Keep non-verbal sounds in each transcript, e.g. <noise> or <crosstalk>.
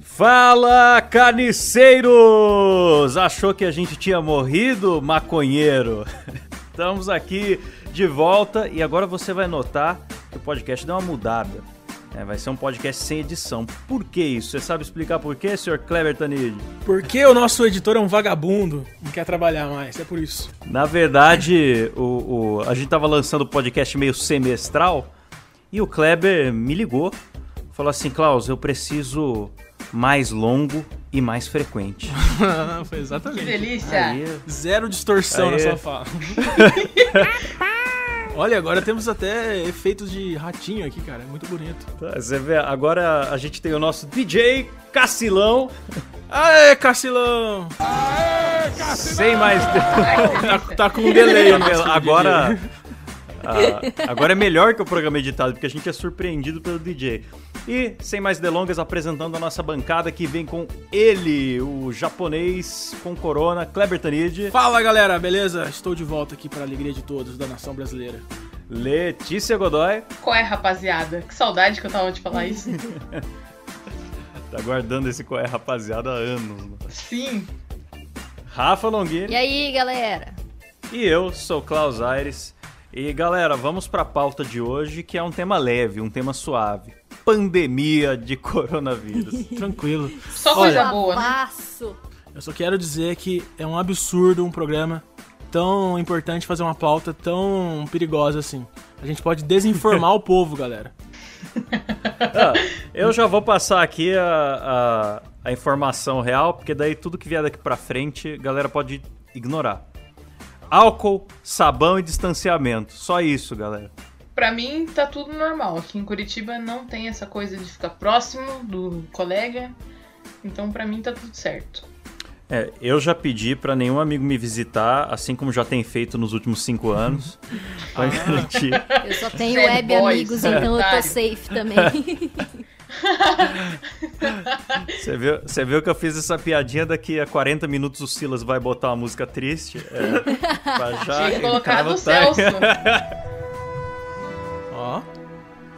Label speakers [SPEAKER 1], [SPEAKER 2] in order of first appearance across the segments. [SPEAKER 1] Fala, carniceiros! Achou que a gente tinha morrido, maconheiro? <laughs> Estamos aqui de volta e agora você vai notar que o podcast deu uma mudada. É, vai ser um podcast sem edição. Por que isso? Você sabe explicar por quê, senhor Kleber Tanid?
[SPEAKER 2] Porque o nosso editor é um vagabundo, não quer trabalhar mais, é por <laughs> isso.
[SPEAKER 1] Na verdade, o, o- a gente tava lançando o podcast meio semestral e o Kleber me ligou. Falou assim, Klaus, eu preciso mais longo e mais frequente.
[SPEAKER 2] Ah, Foi
[SPEAKER 3] Que
[SPEAKER 2] exatamente.
[SPEAKER 3] delícia!
[SPEAKER 1] Aí,
[SPEAKER 2] Zero distorção
[SPEAKER 1] Aê.
[SPEAKER 2] na sua <laughs> fala. Olha, agora temos até efeitos de ratinho aqui, cara. É muito bonito.
[SPEAKER 1] tá, você vê, agora a gente tem o nosso DJ Cacilão,
[SPEAKER 2] Aê, Cacilão!
[SPEAKER 1] sem mais...
[SPEAKER 2] Tá, tá com um delay o nosso
[SPEAKER 1] né? agora, ah, agora é melhor que o programa editado, porque a gente é surpreendido pelo DJ. E, sem mais delongas, apresentando a nossa bancada que vem com ele, o japonês com corona, Kleber Tanid,
[SPEAKER 2] Fala, galera, beleza? Estou de volta aqui para a alegria de todos da nação brasileira.
[SPEAKER 1] Letícia Godoy,
[SPEAKER 3] Qual é, rapaziada? Que saudade que eu tava de falar isso.
[SPEAKER 1] tá guardando esse qual é, rapaziada, há anos. né?
[SPEAKER 3] Sim,
[SPEAKER 1] Rafa Longhi
[SPEAKER 4] E aí, galera?
[SPEAKER 1] e eu sou Klaus Aires. E galera, vamos pra pauta de hoje, que é um tema leve, um tema suave. Pandemia de <laughs> coronavírus.
[SPEAKER 2] Tranquilo.
[SPEAKER 3] só
[SPEAKER 2] Olha.
[SPEAKER 3] coisa boa, né?
[SPEAKER 4] Passo.
[SPEAKER 2] Eu só quero dizer que é um absurdo um programa tão importante fazer uma pauta tão perigosa assim. A gente pode desinformar o povo, galera.
[SPEAKER 1] Ah, eu já vou passar aqui a, a- a informação real, porque daí tudo que vier daqui pra frente, a galera pode ignorar. Álcool, sabão e distanciamento. Só isso, galera.
[SPEAKER 3] Pra mim tá tudo normal. Aqui em Curitiba não tem essa coisa de ficar próximo do colega. Então pra mim tá tudo certo.
[SPEAKER 1] É, eu já pedi pra nenhum amigo me visitar, assim como já tem feito nos últimos cinco anos, pra garantir.
[SPEAKER 4] Eu
[SPEAKER 3] <laughs>
[SPEAKER 4] só tenho
[SPEAKER 3] Sad
[SPEAKER 4] web
[SPEAKER 3] boy,
[SPEAKER 4] amigos, então eu tô
[SPEAKER 3] né? otário.
[SPEAKER 4] safe
[SPEAKER 3] <laughs>
[SPEAKER 4] também.
[SPEAKER 1] Você viu, você viu que eu fiz essa piadinha daqui a 40 minutos o Silas vai botar uma música triste? É,
[SPEAKER 3] <laughs>
[SPEAKER 1] pra já
[SPEAKER 3] Tinha que colocar
[SPEAKER 1] entrar
[SPEAKER 3] do
[SPEAKER 1] no
[SPEAKER 3] Celso.
[SPEAKER 1] time.
[SPEAKER 2] Ó.
[SPEAKER 1] <laughs>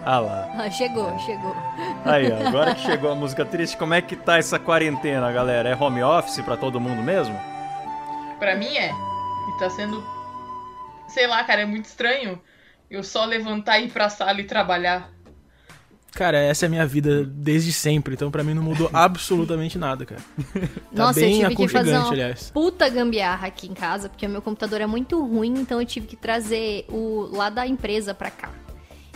[SPEAKER 1] Ah lá.
[SPEAKER 4] Ah, chegou, chegou.
[SPEAKER 1] Aí, ó, agora que chegou a música triste, como é que tá essa quarentena, galera? É home office pra todo mundo mesmo?
[SPEAKER 3] Pra mim é. E tá sendo. Sei lá, cara, é muito estranho eu só levantar e ir pra sala e trabalhar.
[SPEAKER 2] Cara, essa é a minha vida desde sempre, então pra mim não mudou absolutamente nada, cara. Tá
[SPEAKER 4] Nossa, eu
[SPEAKER 2] bem
[SPEAKER 4] tive que fazer um-
[SPEAKER 2] aconchegante,
[SPEAKER 4] uma
[SPEAKER 2] aliás.
[SPEAKER 4] puta gambiarra aqui em casa, porque o meu computador é muito ruim, então eu tive que trazer o lá da empresa pra cá.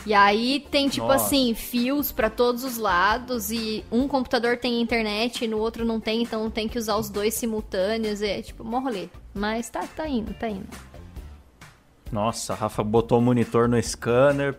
[SPEAKER 4] E aí tem tipo
[SPEAKER 1] Nossa.
[SPEAKER 4] assim, fios pra todos os lados e um computador tem internet e no outro não tem, então tem que usar os dois simultâneos, e é tipo, mó rolê. Mas tá, tá indo, tá indo.
[SPEAKER 1] Nossa, a Rafa botou o monitor no scanner.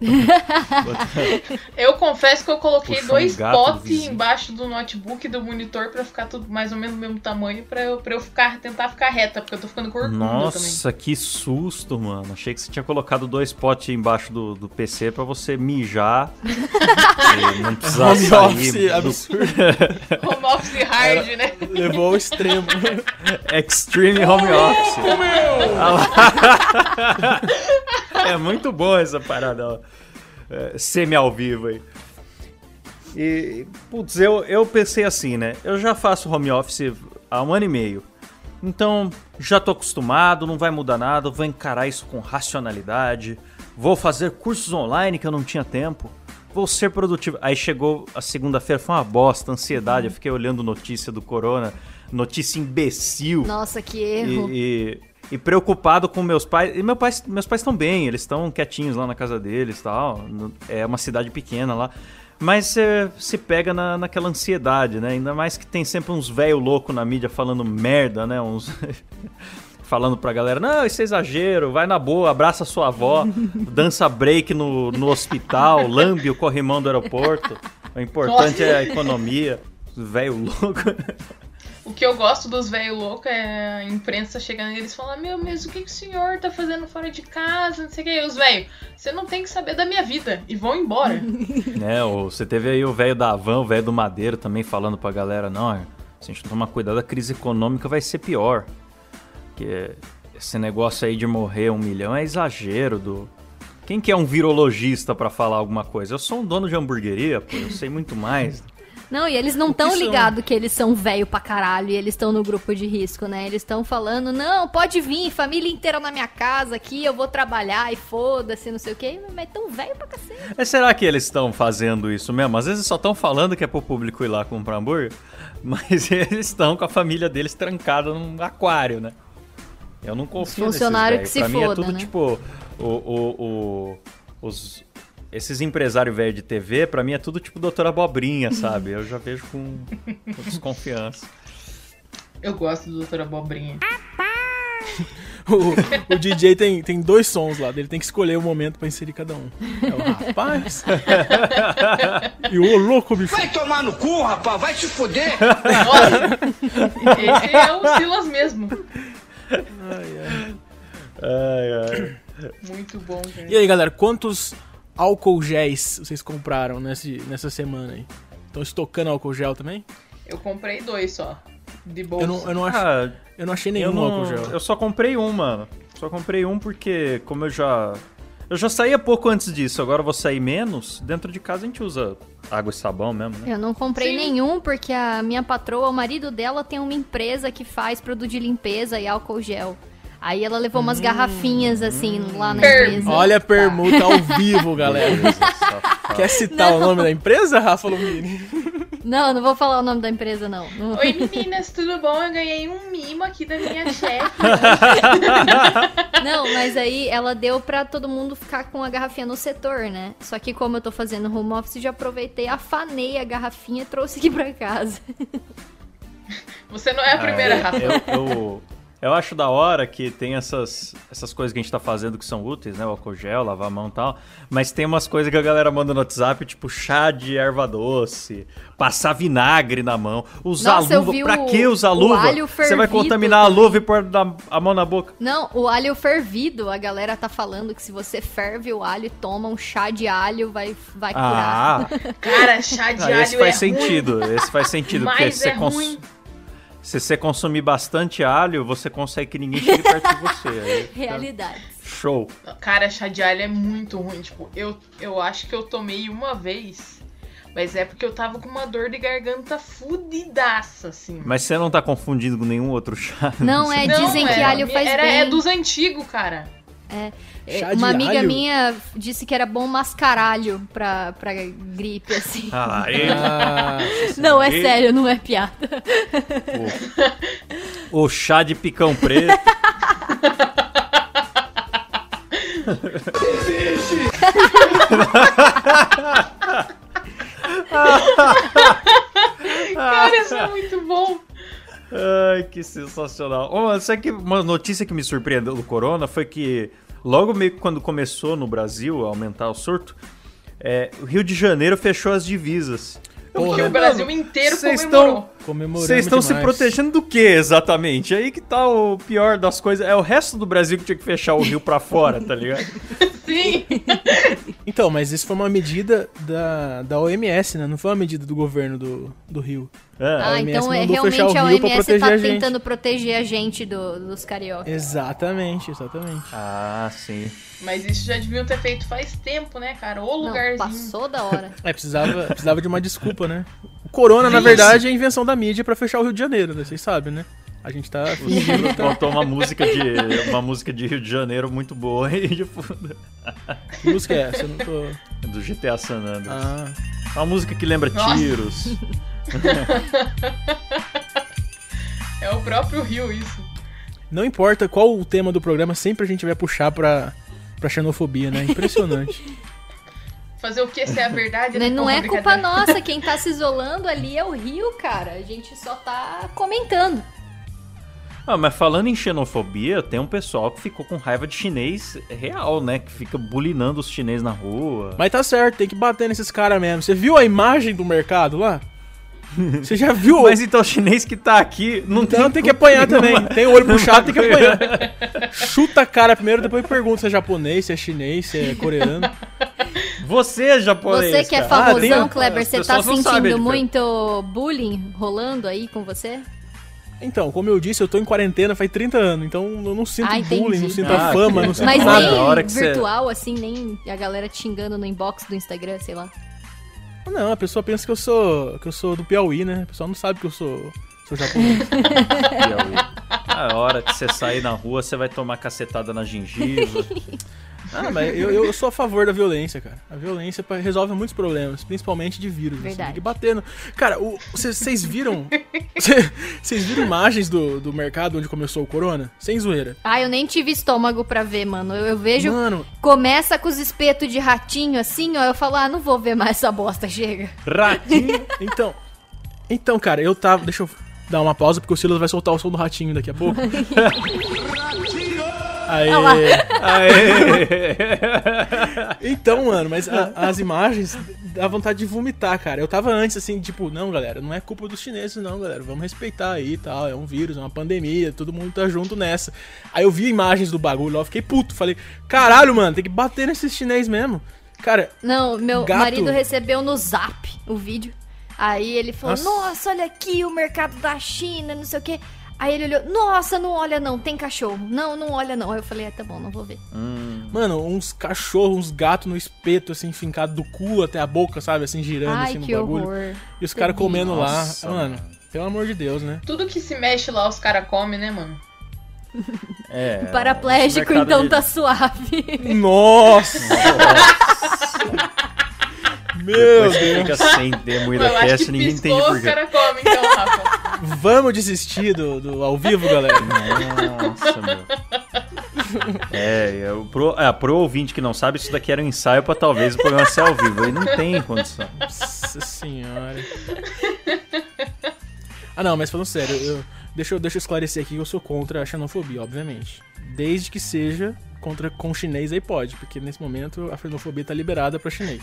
[SPEAKER 3] Eu confesso que eu coloquei
[SPEAKER 1] Puxou um
[SPEAKER 3] dois
[SPEAKER 1] gato do
[SPEAKER 3] potes
[SPEAKER 1] vizinho.
[SPEAKER 3] embaixo do notebook e do monitor pra ficar tudo mais ou menos do mesmo tamanho pra eu, pra eu ficar tentar ficar reta, porque eu tô ficando corcunda também.
[SPEAKER 1] Nossa, que susto, mano. Achei que você tinha colocado dois potes embaixo do, do PC pra você
[SPEAKER 3] <laughs>
[SPEAKER 1] mijar e não precisar
[SPEAKER 2] Home office
[SPEAKER 1] sair.
[SPEAKER 2] absurdo.
[SPEAKER 3] Home
[SPEAKER 1] <laughs>
[SPEAKER 3] office hard, né?
[SPEAKER 2] Levou ao extremo. <laughs>
[SPEAKER 1] Extreme home office. Ah lá. é muito bom essa parada, ó. É, semi ao vivo aí. E, putz, eu, eu pensei assim, né? Eu já faço home office há um ano e meio. Então, já tô acostumado, não vai mudar nada, eu vou encarar isso com racionalidade. Vou fazer cursos online que eu não tinha tempo. Vou ser produtivo. Aí chegou a segunda-feira, foi uma bosta, ansiedade. Eu fiquei olhando notícia do Corona, notícia imbecil
[SPEAKER 4] Nossa, que
[SPEAKER 1] e-
[SPEAKER 4] erro.
[SPEAKER 1] E, e preocupado com meus pais. E meu pai, meus pais estão bem, eles estão quietinhos lá na casa deles tal. no- É uma cidade pequena lá. Mas você se pega na, naquela ansiedade, né? Ainda mais que tem sempre uns velho louco na mídia falando merda, né? Uns. <laughs> Falando pra galera, não, isso é exagero, vai na boa, abraça sua avó, dança break no, no hospital, lambe o corrimão do aeroporto. O importante é a economia. Velho louco.
[SPEAKER 3] O que eu gosto dos velhos loucos é a imprensa chegando e eles falando, meu, mas o que, que o senhor tá fazendo fora de casa? Não sei o que. E Os velhos, você não tem que saber da minha vida. E vão embora.
[SPEAKER 1] <laughs> né? o- Você teve aí o velho da Havan, o velho do Madeiro também falando pra galera, não, é, se a gente não tomar cuidado, a crise econômica vai ser pior. Porque esse negócio aí de morrer um milhão é exagero do... Quem que é um virologista pra falar alguma coisa? Eu sou um dono de hamburgueria, pô, eu sei muito mais.
[SPEAKER 4] Não, e eles não
[SPEAKER 2] O que
[SPEAKER 4] estão
[SPEAKER 2] são?
[SPEAKER 4] ligados que eles são velho pra caralho e eles estão no grupo de risco, né? Eles estão falando, não, pode vir, família inteira na minha casa aqui, eu vou trabalhar e foda-se, não sei o quê. Mas tão velho pra cacete.
[SPEAKER 1] Mas será que eles estão fazendo isso mesmo? Às vezes só estão falando que é pro público ir lá comprar hambúrguer, <laughs> mas eles estão com a família deles trancada num aquário, né? Eu não confio nesses
[SPEAKER 4] Funcionário
[SPEAKER 1] velhos.
[SPEAKER 4] que se
[SPEAKER 1] pra mim é
[SPEAKER 4] foda,
[SPEAKER 1] tudo
[SPEAKER 4] né?
[SPEAKER 1] tipo o, o, o- os esses empresários velhos de TV, pra mim é tudo tipo doutora Abobrinha, sabe? Eu já vejo com, com desconfiança.
[SPEAKER 3] <laughs> Eu gosto do Doutor <laughs> Abobrinha.
[SPEAKER 2] O, o DJ tem, tem dois sons lá, ele tem que escolher o momento pra inserir cada um. É o rapaz. e o ô louco bicho.
[SPEAKER 5] Vai tomar no cu, rapaz, vai se fuder!
[SPEAKER 3] Nossa, esse é o Silas mesmo.
[SPEAKER 1] Ai, ai.
[SPEAKER 3] Muito bom, cara.
[SPEAKER 2] E aí, galera, quantos álcool géis vocês compraram nesse, nessa semana aí? Estão estocando álcool gel também?
[SPEAKER 3] Eu comprei dois só. De bolsa.
[SPEAKER 2] Eu não, eu, não ach-
[SPEAKER 1] Ah,
[SPEAKER 2] eu não achei
[SPEAKER 1] Eu,
[SPEAKER 2] nenhum
[SPEAKER 1] não-
[SPEAKER 2] álcool gel.
[SPEAKER 1] eu só comprei um, mano. Só comprei um porque, como eu já. Eu já saía pouco antes disso, agora eu vou sair menos. Dentro de casa a gente usa água e sabão mesmo, né?
[SPEAKER 4] Eu não comprei
[SPEAKER 3] Sim.
[SPEAKER 4] nenhum porque a minha patroa, o marido dela, tem uma empresa que faz produto de limpeza e álcool gel. Aí ela levou umas garrafinhas assim lá na
[SPEAKER 3] Per-
[SPEAKER 4] empresa.
[SPEAKER 2] Hum. Olha a
[SPEAKER 4] Tá.
[SPEAKER 1] <laughs>
[SPEAKER 2] permuta ao vivo, <laughs> galera.
[SPEAKER 1] Beleza, safado.
[SPEAKER 4] é
[SPEAKER 2] Quer citar o nome da empresa, Rafa Lumini?
[SPEAKER 4] Não, não vou falar o nome da empresa, não. Não-
[SPEAKER 3] Oi meninas, tudo bom? Eu ganhei um mimo aqui
[SPEAKER 1] <laughs>
[SPEAKER 3] da minha chefe.
[SPEAKER 4] Não, mas aí ela deu pra todo mundo ficar com a garrafinha no setor, né? Só que como eu tô fazendo home office, já aproveitei, afanei a garrafinha e trouxe aqui pra casa.
[SPEAKER 3] Você não é a primeira,
[SPEAKER 1] Ah,
[SPEAKER 3] Rafa.
[SPEAKER 1] eu, eu, eu acho da hora que tem essas, essas coisas que a gente tá fazendo que são úteis, né? O álcool gel, lavar a mão e tal. Mas tem umas coisas que a galera manda no WhatsApp, tipo chá de erva doce, passar vinagre na mão, usar
[SPEAKER 4] Nossa, eu
[SPEAKER 1] luva.
[SPEAKER 4] vi
[SPEAKER 1] Pra
[SPEAKER 4] o-
[SPEAKER 1] que usar
[SPEAKER 4] o
[SPEAKER 1] luva?
[SPEAKER 4] alho
[SPEAKER 1] Você vai
[SPEAKER 4] fervido
[SPEAKER 1] contaminar a
[SPEAKER 4] também.
[SPEAKER 1] luva e pôr na- a mão na boca.
[SPEAKER 4] Não, o alho fervido, a galera tá falando que se você ferve o alho e toma um chá de alho, vai, vai curar.
[SPEAKER 1] Ah,
[SPEAKER 3] Cara, chá de
[SPEAKER 1] Ah,
[SPEAKER 3] alho
[SPEAKER 1] esse faz
[SPEAKER 3] é
[SPEAKER 1] sentido, esse faz sentido, porque
[SPEAKER 3] Mas
[SPEAKER 1] se você,
[SPEAKER 3] é
[SPEAKER 1] cons-
[SPEAKER 3] ruim.
[SPEAKER 1] se você consumir bastante alho, você consegue que ninguém chegue perto de você. aí
[SPEAKER 2] Tá.
[SPEAKER 1] fica
[SPEAKER 4] Realidade.
[SPEAKER 1] Show.
[SPEAKER 3] ruim. Cara, chá de alho é muito ruim. Tipo, eu, eu acho que eu tomei uma vez. Mas é porque eu tava com uma dor de garganta fudidaça, assim.
[SPEAKER 1] Mas você não tá confundindo com nenhum outro chá.
[SPEAKER 4] Não, é, dizem que
[SPEAKER 3] era-
[SPEAKER 4] alho faz
[SPEAKER 3] era,
[SPEAKER 4] bem.
[SPEAKER 3] É dos antigos, cara.
[SPEAKER 4] É,
[SPEAKER 2] Chá de
[SPEAKER 4] Uma amiga
[SPEAKER 2] alho?
[SPEAKER 4] minha disse que era bom mascaralho pra, pra gripe, assim.
[SPEAKER 1] Ah, lá, e-
[SPEAKER 2] Ah,
[SPEAKER 4] Não, é
[SPEAKER 1] E-
[SPEAKER 4] sério, não é piada.
[SPEAKER 1] o, o chá de picão preto. Ah.
[SPEAKER 3] Cara, isso é muito bom.
[SPEAKER 1] Ai, que sensacional. Ô, mano, sabe que uma notícia que me surpreendeu do corona foi que logo meio que quando começou no Brasil a aumentar o surto, é, o Rio de Janeiro fechou as divisas. Eu
[SPEAKER 2] Porra.
[SPEAKER 3] Porque
[SPEAKER 1] falei,
[SPEAKER 3] o Brasil
[SPEAKER 1] mano,
[SPEAKER 3] inteiro
[SPEAKER 1] vocês
[SPEAKER 3] comemorou.
[SPEAKER 1] tão-
[SPEAKER 2] comemorando
[SPEAKER 1] Vocês estão se protegendo do que exatamente? Aí que tá o pior das coisas. É o resto do Brasil que tinha que fechar o rio pra fora, tá ligado?
[SPEAKER 3] Sim.
[SPEAKER 2] Então, mas isso foi uma medida da, da OMS, né? Não foi uma medida do governo do, do Rio.
[SPEAKER 1] É.
[SPEAKER 4] Ah,
[SPEAKER 2] OMS
[SPEAKER 4] então é,
[SPEAKER 2] mandou fechar
[SPEAKER 4] realmente
[SPEAKER 2] o
[SPEAKER 4] a
[SPEAKER 2] rio pra
[SPEAKER 4] OMS
[SPEAKER 2] proteger
[SPEAKER 4] tá
[SPEAKER 2] a gente.
[SPEAKER 4] tentando proteger a gente do- dos carioca.
[SPEAKER 2] Exatamente, exatamente.
[SPEAKER 1] Ah, sim.
[SPEAKER 3] Mas isso já deviam ter feito faz tempo, né, cara? Ô
[SPEAKER 4] Não,
[SPEAKER 3] lugarzinho.
[SPEAKER 4] passou da
[SPEAKER 3] <laughs>
[SPEAKER 4] hora.
[SPEAKER 2] É, precisava, precisava de uma desculpa, né? O corona, na verdade, é a invenção da mídia pra fechar o Rio de Janeiro, né? Vocês sabem, né? A gente tá
[SPEAKER 1] O
[SPEAKER 2] fingindo.
[SPEAKER 1] <laughs> Ciro botou uma música de uma música de Rio de Janeiro muito boa aí de fundo,
[SPEAKER 2] Que música é essa? Eu não tô.
[SPEAKER 1] do GTA San Andreas. É
[SPEAKER 2] Ah.
[SPEAKER 1] Uma música que lembra
[SPEAKER 3] Nossa.
[SPEAKER 1] tiros.
[SPEAKER 3] É o próprio Rio, isso.
[SPEAKER 2] Não importa qual o tema do programa, sempre a gente vai puxar pra, pra xenofobia,
[SPEAKER 1] <laughs>
[SPEAKER 2] né? Impressionante.
[SPEAKER 3] Fazer o que se é a verdade?
[SPEAKER 4] Né,
[SPEAKER 3] né?
[SPEAKER 4] Não
[SPEAKER 3] Porra,
[SPEAKER 4] é culpa
[SPEAKER 3] brincadeira.
[SPEAKER 4] nossa, quem tá se isolando ali é o Rio, cara. A gente só tá comentando.
[SPEAKER 1] Ah, mas falando em xenofobia, tem um pessoal que ficou com raiva de chinês real, né? Que fica bulinando os chineses na rua.
[SPEAKER 2] Mas tá certo, tem que bater nesses caras mesmo. Você viu a imagem do mercado lá? Você já viu?
[SPEAKER 1] Mas então o chinês que tá aqui não tem,
[SPEAKER 2] Então tem que apanhar também. Tem o
[SPEAKER 1] <laughs>
[SPEAKER 2] olho
[SPEAKER 1] não
[SPEAKER 2] puxado,
[SPEAKER 1] vai
[SPEAKER 2] tem que apanhar. Chuta a cara primeiro, depois pergunta se é japonês, se é chinês, se é coreano.
[SPEAKER 1] Você é japonês.
[SPEAKER 4] você que é
[SPEAKER 1] cara.
[SPEAKER 2] Ah, tem-
[SPEAKER 4] famosão, Kleber,
[SPEAKER 1] as
[SPEAKER 4] você tá
[SPEAKER 1] pessoas não sabem a
[SPEAKER 4] sentindo
[SPEAKER 1] diferença.
[SPEAKER 4] muito bullying rolando aí com você?
[SPEAKER 2] Então, como eu disse, eu tô em quarentena faz 30 anos, então eu não sinto
[SPEAKER 4] Ah, entendi.
[SPEAKER 2] bullying, não sinto
[SPEAKER 1] Ah,
[SPEAKER 2] a fama,
[SPEAKER 1] que
[SPEAKER 2] não sinto
[SPEAKER 4] Mas
[SPEAKER 1] legal.
[SPEAKER 2] nada.
[SPEAKER 1] Na hora
[SPEAKER 4] nem
[SPEAKER 1] que você-
[SPEAKER 4] virtual, assim, nem a galera te xingando no inbox do Instagram, sei lá.
[SPEAKER 2] Não, a pessoa pensa que eu sou que eu sou do Piauí, né? O pessoal não sabe que eu sou, sou
[SPEAKER 4] <laughs>
[SPEAKER 2] japonês.
[SPEAKER 1] Piauí. A hora que você sair na rua, você vai tomar cacetada na gengiva.
[SPEAKER 2] ah, mas eu, eu sou a favor da violência, cara. A violência pa- resolve muitos problemas, principalmente de vírus. assim.
[SPEAKER 4] Verdade.
[SPEAKER 2] Tem que bater no... Cara, o- vocês vocês
[SPEAKER 4] <laughs>
[SPEAKER 2] viram. Vocês viram imagens do, do mercado onde começou o corona? Sem zoeira.
[SPEAKER 4] Ah, eu nem tive estômago pra ver, mano. Eu, eu vejo.
[SPEAKER 2] Mano.
[SPEAKER 4] Começa com os espetos de ratinho assim, ó. Eu falo, ah, não vou ver mais essa bosta, chega.
[SPEAKER 1] Ratinho.
[SPEAKER 2] Então. Então, cara, eu tava. Deixa eu dar uma pausa, porque o Silas vai soltar o som do ratinho daqui a pouco. Aê.
[SPEAKER 1] Aê.
[SPEAKER 2] Então, mano, mas a- as imagens dá vontade de vomitar, cara. Eu tava antes assim, tipo, não, galera, não é culpa dos chineses, não, galera. Vamos respeitar aí e tal. É um vírus, é uma pandemia, todo mundo tá junto nessa. Aí eu vi imagens do bagulho lá, eu fiquei puto. Falei, caralho, mano, tem que bater nesses chinês mesmo. Cara,
[SPEAKER 4] Não, meu
[SPEAKER 2] Gato.
[SPEAKER 4] marido recebeu no zap o vídeo. Aí ele falou:
[SPEAKER 2] Nossa.
[SPEAKER 4] Nossa. olha aqui o mercado da China, não sei o quê. Aí ele olhou: Nossa, não olha não, tem cachorro. Não, não olha não. Aí eu falei: ah, tá bom, não vou ver.
[SPEAKER 2] mano, uns cachorros, uns gatos no espeto, assim, fincado do cu até a boca, sabe? Assim, girando
[SPEAKER 4] Ai,
[SPEAKER 2] assim no
[SPEAKER 4] que
[SPEAKER 2] bagulho.
[SPEAKER 4] horror.
[SPEAKER 2] E os caras comendo
[SPEAKER 1] Nossa,
[SPEAKER 2] lá. Mano,
[SPEAKER 1] mano.
[SPEAKER 2] pelo amor de Deus,
[SPEAKER 4] <laughs>
[SPEAKER 2] né?
[SPEAKER 3] Tudo que se mexe lá, os caras comem, né, mano?
[SPEAKER 1] É,
[SPEAKER 4] Paraplégico,
[SPEAKER 1] mercado
[SPEAKER 4] então
[SPEAKER 1] de-
[SPEAKER 3] <laughs>
[SPEAKER 4] tá suave.
[SPEAKER 2] Nossa! Meu
[SPEAKER 1] Depois que
[SPEAKER 2] Deus!
[SPEAKER 1] fica sem
[SPEAKER 3] eu acho que
[SPEAKER 1] Demuidacast, ninguém
[SPEAKER 3] piscou,
[SPEAKER 1] entende por
[SPEAKER 3] os
[SPEAKER 1] quê.
[SPEAKER 3] caras comem, então, Rafa.
[SPEAKER 2] Vamos desistir do, do ao vivo, galera.
[SPEAKER 1] Nossa, meu. É, eu, pro, ah, pro ouvinte que não sabe, isso daqui era um ensaio pra talvez o programa ser ao vivo. E não tem condição.
[SPEAKER 2] Nossa senhora. Ah, não, mas falando sério, eu, deixa, eu, deixa eu esclarecer aqui que eu sou contra a xenofobia, obviamente. Desde que seja contra com chinês aí pode, porque nesse momento a xenofobia tá liberada pra chinês.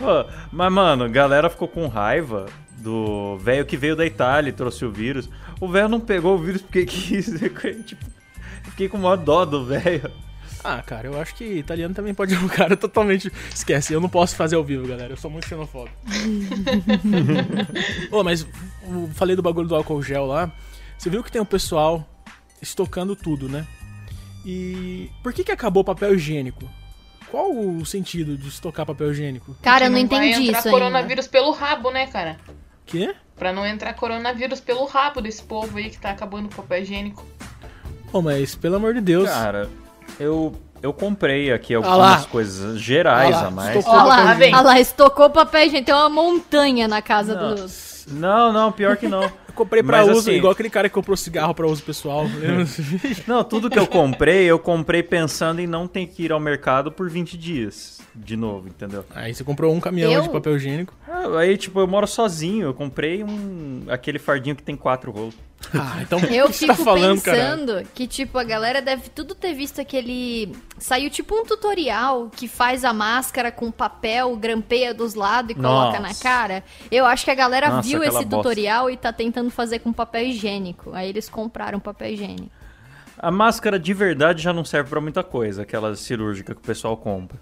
[SPEAKER 1] Ô, mas, mano, galera ficou com raiva do velho que veio da Itália e trouxe o vírus. O velho não pegou o vírus porque <laughs> quis. Tipo, fiquei com o maior dó do velho.
[SPEAKER 2] Ah, cara, eu acho que italiano também pode <laughs> um cara totalmente. Esquece, eu não posso fazer ao vivo, galera. Eu sou muito
[SPEAKER 4] <laughs>
[SPEAKER 2] xenofóbico. Ô, mas eu falei do bagulho do álcool gel lá. Você viu que tem o pessoal estocando tudo, né? E por que que acabou o papel higiênico? Qual o sentido de estocar papel higiênico?
[SPEAKER 4] <laughs> Cara, eu não
[SPEAKER 3] vai
[SPEAKER 4] entendi
[SPEAKER 3] entrar
[SPEAKER 4] isso ainda.
[SPEAKER 3] coronavírus pelo rabo, né, cara?
[SPEAKER 2] Quê?
[SPEAKER 3] Pra não entrar coronavírus pelo rabo desse povo aí que tá acabando com o papel higiênico.
[SPEAKER 2] Ô, mas pelo amor de Deus.
[SPEAKER 1] Cara, eu, eu comprei aqui
[SPEAKER 2] Ah lá.
[SPEAKER 1] algumas coisas gerais
[SPEAKER 2] Ah lá,
[SPEAKER 1] a mais.
[SPEAKER 2] estou-
[SPEAKER 4] Olha
[SPEAKER 2] Papel
[SPEAKER 4] lá,
[SPEAKER 3] higiênico.
[SPEAKER 4] olha lá, estocou papel, gente. Tem uma montanha na casa do.
[SPEAKER 1] Não, não, pior que não.
[SPEAKER 2] Eu comprei pra
[SPEAKER 1] Mas,
[SPEAKER 2] uso,
[SPEAKER 1] assim- É.
[SPEAKER 2] igual aquele cara que comprou cigarro pra uso pessoal. né? lembra?
[SPEAKER 1] Não, tudo que eu comprei, eu comprei pensando em não ter que ir ao mercado por 20 dias de novo, entendeu?
[SPEAKER 2] <laughs> Aí você comprou um caminhão
[SPEAKER 4] Eu?
[SPEAKER 2] de papel higiênico.
[SPEAKER 1] Ah, Aí, tipo, eu moro sozinho, eu comprei um aquele fardinho que tem quatro rolos.
[SPEAKER 2] Ah, então <laughs>
[SPEAKER 4] Eu
[SPEAKER 2] o que você
[SPEAKER 4] fico
[SPEAKER 2] tá falando, cara?
[SPEAKER 4] pensando que, tipo, a galera deve tudo ter visto aquele. Saiu tipo um tutorial que faz a máscara com papel, grampeia dos lados e coloca
[SPEAKER 1] Nossa.
[SPEAKER 4] na cara. Eu acho que a galera
[SPEAKER 1] Nossa,
[SPEAKER 4] viu
[SPEAKER 1] aquela
[SPEAKER 4] esse
[SPEAKER 1] bosta.
[SPEAKER 4] tutorial e tá tentando fazer com papel higiênico. Aí eles compraram papel higiênico.
[SPEAKER 1] A máscara de verdade já não serve pra muita coisa, aquela cirúrgica que o pessoal compra.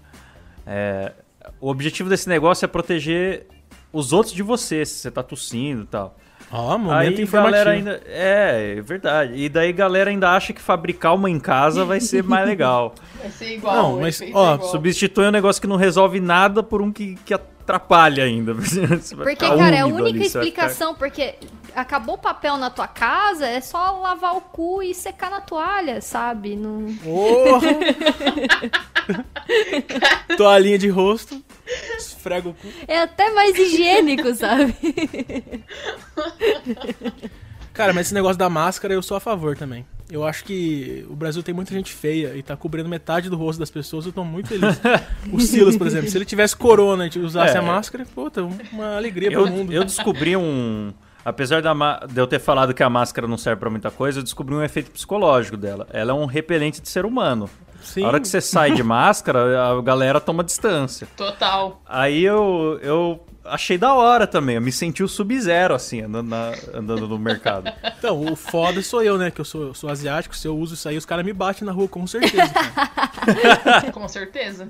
[SPEAKER 1] É, o objetivo desse negócio é proteger os outros de você, se você tá tossindo e tal.
[SPEAKER 2] Ó, Um momento
[SPEAKER 1] Aí
[SPEAKER 2] informativo.
[SPEAKER 1] galera ainda. É, é verdade. E daí galera ainda acha que fabricar uma em casa vai ser mais
[SPEAKER 2] <laughs>
[SPEAKER 1] legal.
[SPEAKER 3] Vai ser igual.
[SPEAKER 2] Não,
[SPEAKER 3] o
[SPEAKER 2] mas,
[SPEAKER 3] efeito
[SPEAKER 2] ó,
[SPEAKER 3] é igual.
[SPEAKER 1] Substitui um negócio que não resolve nada por um que, que atrapalha ainda. <laughs>
[SPEAKER 4] Porque, cara, é a única explicação, porque acabou o papel na tua casa, é só lavar o cu e secar na toalha, sabe? Não...
[SPEAKER 2] <laughs> Oh! Toalhinha de rosto. Esfrega o cu.
[SPEAKER 4] É até mais <laughs> higiênico, sabe?
[SPEAKER 2] Cara, mas esse negócio da máscara eu sou a favor também. Eu acho que o Brasil tem muita gente feia e tá cobrindo metade do rosto das pessoas, eu tô muito <laughs> feliz. o Silas, por exemplo, se ele tivesse corona e
[SPEAKER 1] É.
[SPEAKER 2] usasse a máscara, puta, uma alegria pro
[SPEAKER 1] Eu,
[SPEAKER 2] mundo.
[SPEAKER 1] eu descobri um. Apesar da ma- de eu ter falado que a máscara não serve pra muita coisa, eu descobri um efeito psicológico dela. Ela é um repelente de ser humano.
[SPEAKER 2] Sim.
[SPEAKER 1] A hora que você sai de máscara, <laughs> a galera toma distância. <laughs>
[SPEAKER 3] Total.
[SPEAKER 1] Aí eu, eu achei da hora também. Eu me senti o sub-zero, assim, andando, na- andando no mercado.
[SPEAKER 2] Então, o foda sou eu, né? Que eu sou, eu sou asiático, se eu uso isso aí, os caras me batem na rua, com certeza. cara.
[SPEAKER 3] Com certeza.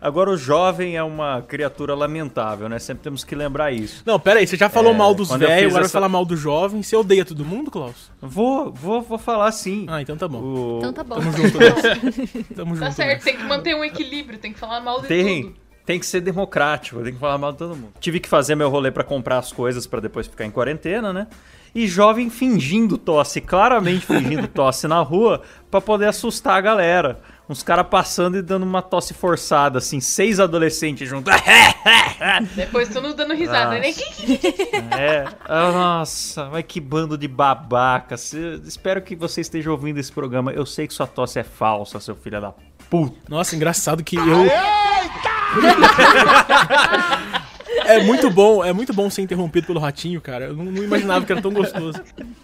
[SPEAKER 1] Agora, o jovem é uma criatura lamentável, né? Sempre temos que lembrar isso.
[SPEAKER 2] Não, pera aí, você já falou
[SPEAKER 1] É,
[SPEAKER 2] mal dos
[SPEAKER 1] quando eu
[SPEAKER 2] velhos,
[SPEAKER 1] fiz
[SPEAKER 2] agora vai
[SPEAKER 1] essa-
[SPEAKER 2] falar mal do jovem. Você odeia todo mundo, Klaus?
[SPEAKER 1] Vou, vou, vou falar sim.
[SPEAKER 2] Ah, então tá bom.
[SPEAKER 1] O-
[SPEAKER 4] Então tá bom.
[SPEAKER 2] Tamo junto, né? Tamo junto.
[SPEAKER 3] Tá
[SPEAKER 2] né?
[SPEAKER 3] certo, tem que manter um equilíbrio, tem que falar mal de
[SPEAKER 1] Tem.
[SPEAKER 3] tudo.
[SPEAKER 1] Tem que ser democrático, tem que falar mal de todo mundo. Tive que fazer meu rolê pra comprar as coisas pra depois ficar em quarentena, né? E jovem fingindo tosse, claramente <laughs> fingindo tosse na rua, pra poder assustar a galera. Uns caras passando e dando uma tosse forçada, assim, seis adolescentes juntos. <laughs>
[SPEAKER 3] Depois tu nos dando risada, né?
[SPEAKER 1] É. Ah, Nossa, mas que bando de babacas. Eu Espero que você esteja ouvindo esse programa. Eu sei que sua tosse é falsa, seu filho da puta.
[SPEAKER 2] Nossa, engraçado que eu. É muito bom, é muito bom ser interrompido pelo ratinho, cara. Eu não, não imaginava que era tão gostoso.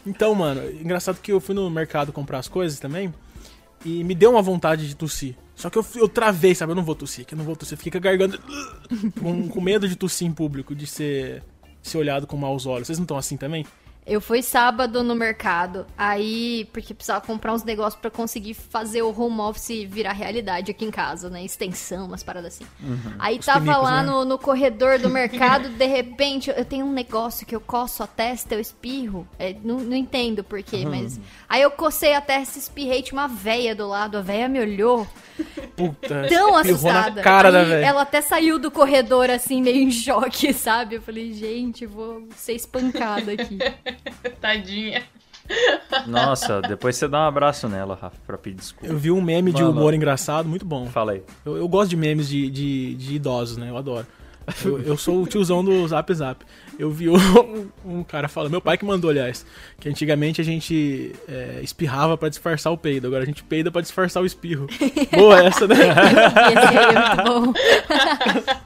[SPEAKER 2] Então, mano, engraçado que eu fui no mercado comprar as coisas também e me deu uma vontade de tossir. Só que eu, eu travei, sabe? Eu não vou tossir, que eu não vou tossir. Eu Fiquei com a garganta com, com medo de tossir em público, de ser, ser olhado com maus olhos. Vocês não estão assim também?
[SPEAKER 4] Eu fui sábado no mercado, aí, porque precisava comprar uns negócios pra conseguir fazer o home office virar realidade aqui em casa, né? Extensão, umas paradas assim. Aí tava
[SPEAKER 2] pinicos,
[SPEAKER 4] lá
[SPEAKER 2] né?
[SPEAKER 4] no, no corredor do mercado, de repente, eu tenho um negócio que eu coço a testa, eu espirro. É, não, não entendo por
[SPEAKER 2] Uhum.
[SPEAKER 4] quê, mas. Aí eu cocei a testa, espirrei, tinha uma véia do lado, a véia me olhou
[SPEAKER 2] Puta. espirrou
[SPEAKER 4] tão assustada.
[SPEAKER 2] na cara
[SPEAKER 4] Aí
[SPEAKER 2] da velha.
[SPEAKER 4] ela até saiu do corredor, assim, meio em <laughs> choque, sabe? Eu falei, gente, vou ser espancada aqui.
[SPEAKER 3] Tadinha.
[SPEAKER 1] Nossa, depois você dá um abraço nela, Rafa, pra pedir desculpa.
[SPEAKER 2] Eu vi um meme de
[SPEAKER 1] Mano.
[SPEAKER 2] humor engraçado, muito bom.
[SPEAKER 1] Fala aí.
[SPEAKER 2] Eu, eu gosto de memes de, de, de idosos, né? Eu adoro. Eu, eu sou o tiozão do Zap Zap. Eu vi um, um cara falando, meu pai que mandou, aliás, que antigamente a gente é, espirrava pra disfarçar o peido, agora a gente peida pra disfarçar o espirro. Boa essa, né?
[SPEAKER 4] Esse aí é muito bom.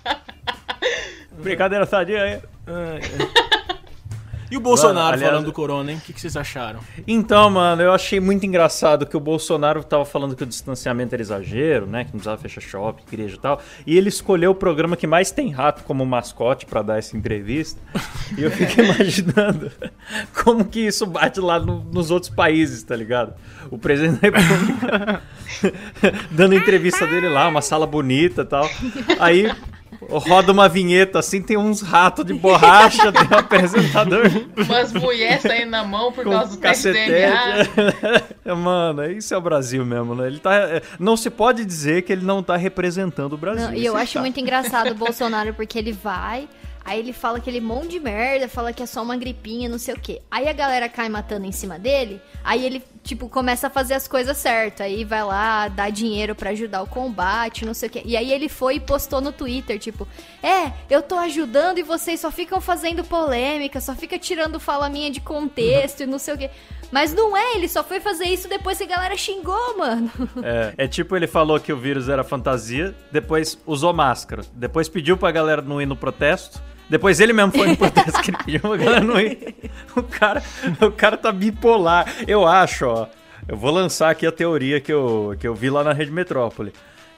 [SPEAKER 1] Brincadeira sadia aí.
[SPEAKER 2] Ai, ai. E o Bolsonaro
[SPEAKER 1] Mano, aliás-
[SPEAKER 2] falando do corona, hein? O que, que vocês acharam?
[SPEAKER 1] Então, mano, eu achei muito engraçado que o Bolsonaro tava falando que o distanciamento era exagero, né? Que não precisava fechar shopping, igreja e tal. E ele escolheu o programa que mais tem rato como mascote pra dar essa entrevista. E eu fico imaginando como que isso bate lá no- nos outros países, tá ligado? O presidente da República <laughs> dando entrevista dele lá, uma sala bonita e tal. Aí roda uma vinheta assim, tem uns ratos de borracha, tem um apresentador
[SPEAKER 3] Umas mulheres saindo na mão por causa do teste
[SPEAKER 1] cacetete.
[SPEAKER 3] DNA.
[SPEAKER 1] <laughs> É, Mano, isso é o Brasil mesmo, né? Ele tá, é, não se pode dizer que ele não tá representando o Brasil.
[SPEAKER 4] Não, e
[SPEAKER 1] Isso
[SPEAKER 4] eu
[SPEAKER 1] ele
[SPEAKER 4] acho
[SPEAKER 1] tá.
[SPEAKER 4] muito engraçado o Bolsonaro, porque ele vai, aí ele fala aquele monte de merda, fala que é só uma gripinha, não sei o quê. Aí a galera cai matando em cima dele, aí ele, tipo, começa a fazer as coisas certas. Aí vai lá, dá dinheiro pra ajudar o combate, não sei o quê. E aí ele foi e postou no Twitter, tipo, é, eu tô ajudando e vocês só ficam fazendo polêmica, só fica tirando fala minha de contexto e não sei o quê. Mas não é, ele só foi fazer isso depois que a galera xingou, mano. <laughs>
[SPEAKER 1] É, é tipo ele falou que o vírus era fantasia, depois usou máscara, depois pediu pra galera não ir no protesto, depois ele mesmo foi no protesto que ele pediu pra galera não ir. O cara, o cara tá bipolar. Eu acho, ó. Eu vou lançar aqui a teoria que eu, que eu vi lá na Rede Metrópole.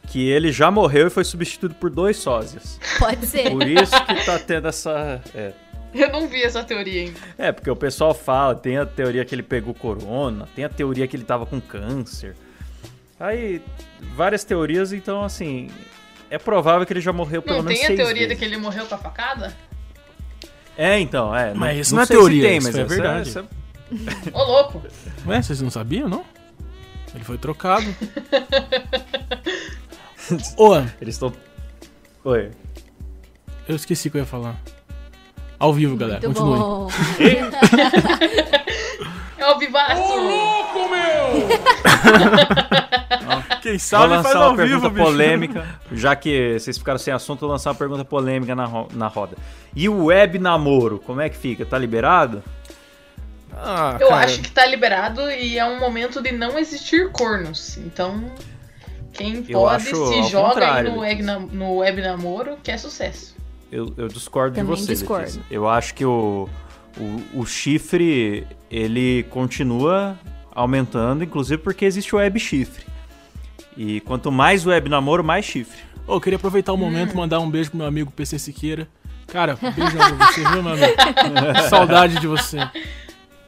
[SPEAKER 1] Que ele já morreu e foi substituído por dois sósias.
[SPEAKER 4] Pode ser.
[SPEAKER 1] Por isso que tá tendo essa. É,
[SPEAKER 3] Eu não vi essa teoria ainda.
[SPEAKER 1] É, porque o pessoal fala, tem a teoria que ele pegou corona, tem a teoria que ele tava com câncer. Aí, várias teorias, então assim. É provável que ele já morreu pelo
[SPEAKER 3] Não
[SPEAKER 1] menos
[SPEAKER 3] tem a
[SPEAKER 1] seis
[SPEAKER 3] teoria de
[SPEAKER 1] vezes.
[SPEAKER 3] que ele morreu com a facada?
[SPEAKER 1] É, então, é.
[SPEAKER 2] Mas isso
[SPEAKER 1] não
[SPEAKER 2] não é
[SPEAKER 1] sei se
[SPEAKER 2] teoria,
[SPEAKER 1] tem,
[SPEAKER 2] isso
[SPEAKER 1] mas
[SPEAKER 2] é
[SPEAKER 1] essa-
[SPEAKER 2] verdade.
[SPEAKER 1] essa-
[SPEAKER 3] Ô, louco!
[SPEAKER 2] Ué, vocês não sabiam, não? Ele foi trocado. Ô,
[SPEAKER 1] eles estão. Oi.
[SPEAKER 2] eu esqueci o que eu ia falar. Ao vivo, galera.
[SPEAKER 4] Muito
[SPEAKER 2] Continue.
[SPEAKER 4] <laughs> bom.
[SPEAKER 3] É o vivaço!
[SPEAKER 2] Quem
[SPEAKER 1] Vou lançar uma pergunta polêmica, já que vocês ficaram sem assunto, vou lançar uma pergunta polêmica na, ro- na roda. E o web namoro, como é que fica? Tá liberado?
[SPEAKER 2] Ah,
[SPEAKER 3] Eu
[SPEAKER 2] cara,
[SPEAKER 3] acho que tá liberado e é um momento de não existir cornos. Então, quem
[SPEAKER 1] Eu
[SPEAKER 3] pode
[SPEAKER 1] acho
[SPEAKER 3] se
[SPEAKER 1] ao
[SPEAKER 3] joga aí
[SPEAKER 1] contrário,
[SPEAKER 3] no web, nam- no web namoro, que é sucesso.
[SPEAKER 1] Eu, eu discordo
[SPEAKER 4] Também
[SPEAKER 1] de você.
[SPEAKER 4] discordo.
[SPEAKER 1] Letícia. Eu acho que o, o, o chifre ele continua aumentando, inclusive porque existe o web chifre. E quanto mais web namoro, mais chifre.
[SPEAKER 2] Ô, eu queria aproveitar o momento e mandar um beijo pro meu amigo PC Siqueira. Cara, beijão pra você, viu, meu amigo?
[SPEAKER 1] <laughs>
[SPEAKER 2] Saudade de você.